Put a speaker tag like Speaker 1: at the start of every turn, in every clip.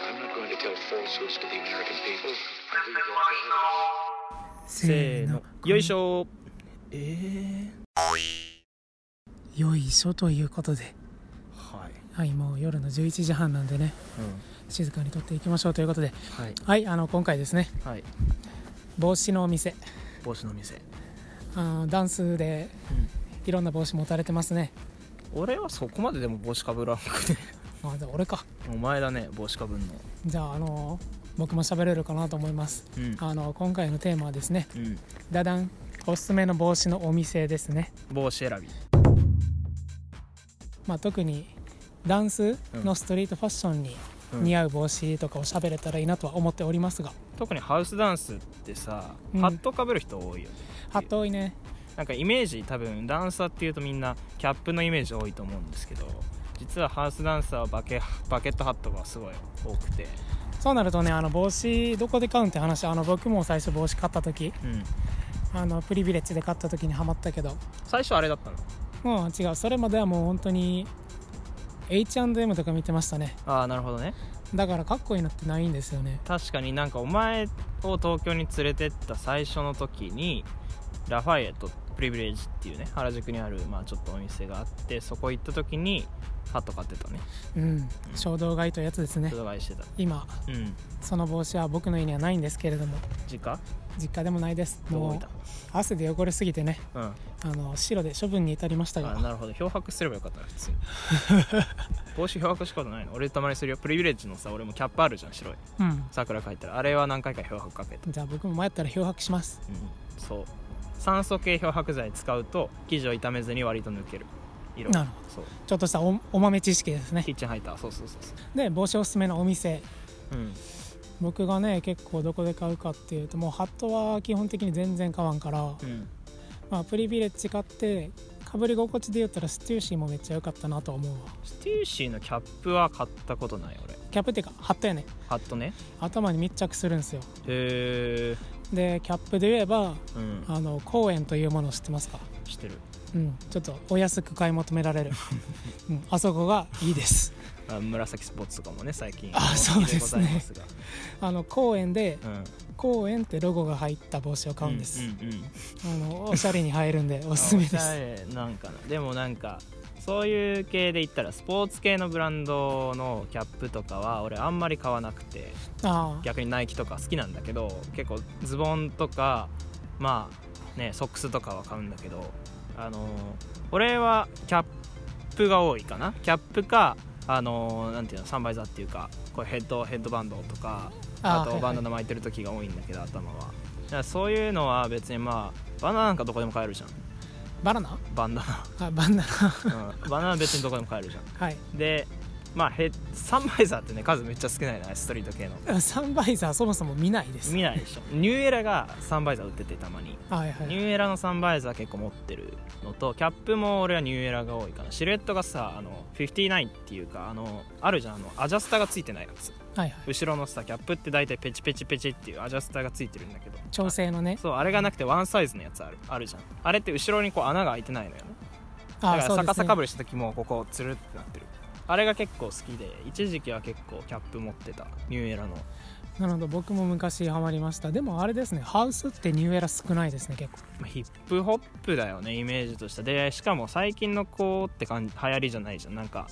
Speaker 1: to the first source to the American people.
Speaker 2: せーの
Speaker 3: よいしょ
Speaker 2: えー、
Speaker 3: よいしょということで
Speaker 2: はい、
Speaker 3: はいもう夜の11時半なんでね
Speaker 2: う
Speaker 3: 静かに撮っていきましょうということで
Speaker 2: ん、はい
Speaker 3: はいあの今回ですね
Speaker 2: はい
Speaker 3: 帽子のお店
Speaker 2: 帽子の店
Speaker 3: あーダンスでいろんな帽子持たれてますね
Speaker 2: 俺はそこまででも帽子かぶらんくて
Speaker 3: あーじゃあ俺か
Speaker 2: お前だね帽子かぶんの
Speaker 3: じゃああの僕も喋れるかなと思います
Speaker 2: うん
Speaker 3: あの今回のテーマはですね
Speaker 2: うん
Speaker 3: ダダンおすすめの帽子のお店ですね
Speaker 2: 帽子選び
Speaker 3: まあ特にダンスのストリートファッションに
Speaker 2: うん
Speaker 3: 似合う帽子とかを喋れたらいいなとは思っておりますが
Speaker 2: 特にハウスダンスってさ、
Speaker 3: うん
Speaker 2: ハットかぶる人多いよね
Speaker 3: ハット多いね
Speaker 2: なんかイメージ多分ダンサーっていうとみんなキャップのイメージ多いと思うんですけど実はハウスダンサーはバケバケットハットがすごい多くて、
Speaker 3: そうなるとねあの帽子どこで買うんって話あの僕も最初帽子買った時
Speaker 2: うん、
Speaker 3: あのプリビレッジで買った時にハマったけど
Speaker 2: 最初あれだったの
Speaker 3: もう違うそれまではもう本当に H&M とか見てましたね
Speaker 2: ああなるほどね
Speaker 3: だからかっこいいのってないんですよね
Speaker 2: 確かになんかお前を東京に連れてった最初の時にラファイエットプリビレージっていうね原宿にあるまあちょっとお店があってそこ行った時にハット買ってたね
Speaker 3: うん衝動買いというやつですね
Speaker 2: 人買いしてた
Speaker 3: 今
Speaker 2: うん
Speaker 3: その帽子は僕の家にはないんですけれども
Speaker 2: 実家
Speaker 3: 実家でもないです
Speaker 2: どこ
Speaker 3: も
Speaker 2: 置いうた
Speaker 3: 汗で汚れすぎてね
Speaker 2: うんあ
Speaker 3: あの白で処分に至りました
Speaker 2: ー
Speaker 3: が
Speaker 2: なるほど漂白すればよかったな普 通に帽子漂白したことないの俺たまにするよプリビレッジのさ俺もキャップあるじゃん白い
Speaker 3: うん
Speaker 2: 桜書いたらあれは何回か漂白かけた、
Speaker 3: じゃあ僕も迷ったら漂白します
Speaker 2: うん、そう酸素系漂白剤使うと生地を傷めずに割と抜ける色
Speaker 3: なるほ
Speaker 2: そう
Speaker 3: ちょっとしたおお豆知識ですね
Speaker 2: キッチンハイターそうそうそうそ
Speaker 3: で帽子おすすめのお店
Speaker 2: ううん
Speaker 3: 僕がね結構どこで買うかっていうともうハットは基本的に全然買わんから、
Speaker 2: うん
Speaker 3: まあ、プリビレッジ買ってかぶり心地で言ったらステューシーもめっちゃ良かったなと思うわ
Speaker 2: ステューシーのキャップは買ったことない俺
Speaker 3: キャップっていうかハットやね
Speaker 2: ハットね
Speaker 3: 頭に密着するんですよ
Speaker 2: へえ
Speaker 3: でキャップで言えば
Speaker 2: うん
Speaker 3: あの公園というものを知ってますか
Speaker 2: してる
Speaker 3: うんちょっとお安く買い求めら れる、うん、あそこがいいです
Speaker 2: あ紫スポーツとかもね最近
Speaker 3: あそうですね
Speaker 2: ございますが
Speaker 3: あの公園で
Speaker 2: うん
Speaker 3: 公園ってロゴが入った帽子を買うんです、
Speaker 2: うんうんうん
Speaker 3: あのおしゃれに入るんでおすすめで
Speaker 2: あおしゃ
Speaker 3: す
Speaker 2: れなんかなでもなんかそういう系で言ったらスポーツ系のブランドのキャップとかは俺あんまり買わなくて
Speaker 3: ああ
Speaker 2: 逆にナイキとか好きなんだけど結構ズボンとかまあねソックスとかは買うんだけどあのー俺はキャップが多いかなキャップかあのーなんていうのサンバイザーっていうかこうヘッドヘッドバンドとか
Speaker 3: あー
Speaker 2: あ
Speaker 3: はいは
Speaker 2: と
Speaker 3: い
Speaker 2: バンダナ巻いてる時が多いんだけど頭はだからそういうのは別にまあバナナなんかどこでも買えるじゃん
Speaker 3: バナナ
Speaker 2: バン ダナ
Speaker 3: あバナナ
Speaker 2: うんバナナ別にどこでも買えるじゃん
Speaker 3: はい
Speaker 2: でまあヘッサンバイザーってね数めっちゃ少ないなストリート系の
Speaker 3: サンバイザーそもそも見ないです
Speaker 2: 見ないでしょニューエラがサンバイザー売っててたまに
Speaker 3: はいは
Speaker 2: ニュ
Speaker 3: い
Speaker 2: ーエラのサンバイザー結構持ってるのとキャップも俺はニューエラが多いかなシルエットがさあの59っていうかあのあるじゃんあのアジャスターがついてないやつ
Speaker 3: はいはい
Speaker 2: 後ろのさキャップって大体ペチペチペチっていうアジャスターがついてるんだけど
Speaker 3: 調整のね
Speaker 2: そうあれがなくてワンサイズのやつあるあるじゃんあれって後ろにこう穴が開いてないのよね
Speaker 3: あ
Speaker 2: だから
Speaker 3: そうで
Speaker 2: 逆
Speaker 3: す
Speaker 2: さ
Speaker 3: ね
Speaker 2: かぶりした時もここつるってなってるあれが結構好きで一時期は結構キャップ持ってたニューエラの
Speaker 3: なるほど僕も昔ハマりましたでもあれですねハウスってニューエラ少ないですね結構
Speaker 2: まあヒップホップだよねイメージとしてでしかも最近の子って感じ流行りじゃないじゃんなんか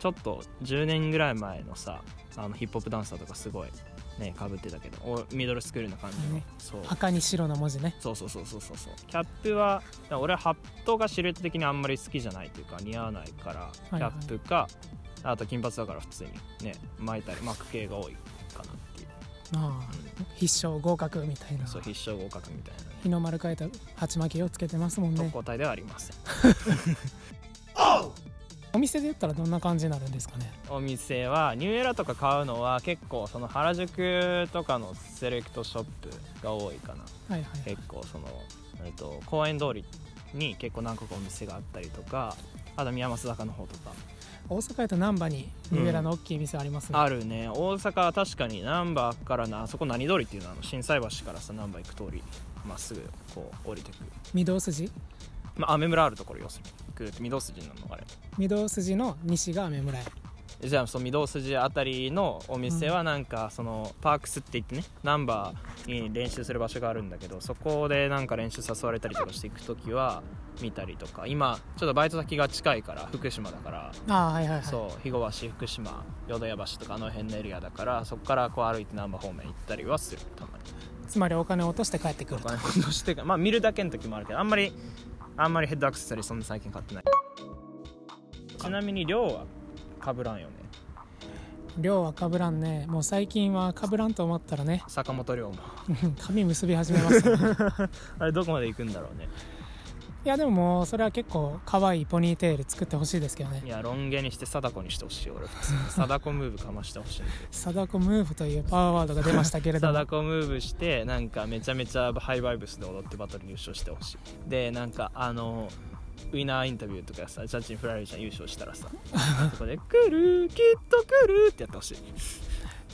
Speaker 2: ちょっと10年ぐらい前のさあのヒップホップダンサーとかすごいねかぶってたけどおミドルスクールな感じの、
Speaker 3: ね
Speaker 2: そう
Speaker 3: 赤に白の文字ね
Speaker 2: そうそうそうそうそうそうキャップは俺はハットがシルエット的にあんまり好きじゃないというか似合わないからキ
Speaker 3: いは
Speaker 2: ャ
Speaker 3: い
Speaker 2: ップか、あと金髪だから普通にね巻いたり巻く系が多いかなっていう、
Speaker 3: ああ必勝合格みたいな
Speaker 2: そう必勝合格みたいなね
Speaker 3: 日の丸書いた鉢巻きをつけてますもん
Speaker 2: 特
Speaker 3: ね
Speaker 2: 攻隊ではありません
Speaker 3: お店で言ったらどんな感じになるんですかね
Speaker 2: お店はニューエラとか買うのは結構その原宿とかのセレクトショップが多いかな
Speaker 3: はいはいはい
Speaker 2: 結構その、えっと、公園通りに結構何個かお店があったりとかあと宮益坂の方とか
Speaker 3: 大阪やと難波にニューエラの大きい店ありますね、
Speaker 2: あるね大阪は確かに難波からなあそこ何通りっていうのはあの心斎橋からさ難波行く通りまっすぐこう降りてく
Speaker 3: 御堂筋
Speaker 2: まあアメ村あるところ要するにグーッと御堂筋なのあれ
Speaker 3: 御堂筋の西が目村屋
Speaker 2: じゃあその御堂筋あたりのお店はなんかそのパークスって言ってねナンバーに練習する場所があるんだけどそこでなんか練習誘われたりとかしていく時は見たりとか今ちょっとバイト先が近いから福島だから
Speaker 3: あーはいはいはい
Speaker 2: そう肥後橋福島淀屋橋とかあの辺のエリアだからそこからこう歩いて難波方面行ったりはするたまに
Speaker 3: つまりお金を落として帰ってく
Speaker 2: お
Speaker 3: ると
Speaker 2: 金落として かまあ見るだけの時もあるけどあんまりあんまりヘッドアクセサリーそんな最近買ってないちなみに量はかぶらんよね
Speaker 3: 量はかぶらんねもう最近はかぶらんと思ったらね
Speaker 2: 坂本龍馬
Speaker 3: うん髪結び始めますからい
Speaker 2: あれどこまで行くんだろうね
Speaker 3: やでももうそれは結構可愛いポニーテール作ってほしいですけどね
Speaker 2: いやロン毛にして貞子にしてほしい俺普通に貞子ムーブかましてほしい
Speaker 3: 貞子ムーブというパワーワードが出ましたけれども
Speaker 2: 貞子ムーブしてなんかめちゃめちゃハイバイブスで踊ってバトル優勝してほしいでなんかあのウィナーインタビューとかさジャッジに振られるじゃん優勝したらさそこで「来るきっと来る」ってやってほしい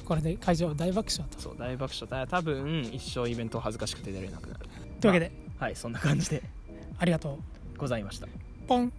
Speaker 3: これで会場大爆笑と
Speaker 2: そう大爆笑だ多分一生イベント恥ずかしくて出れなくなる
Speaker 3: というわけで
Speaker 2: はいそんな感じで
Speaker 3: ありがとう
Speaker 2: ございました
Speaker 3: ポン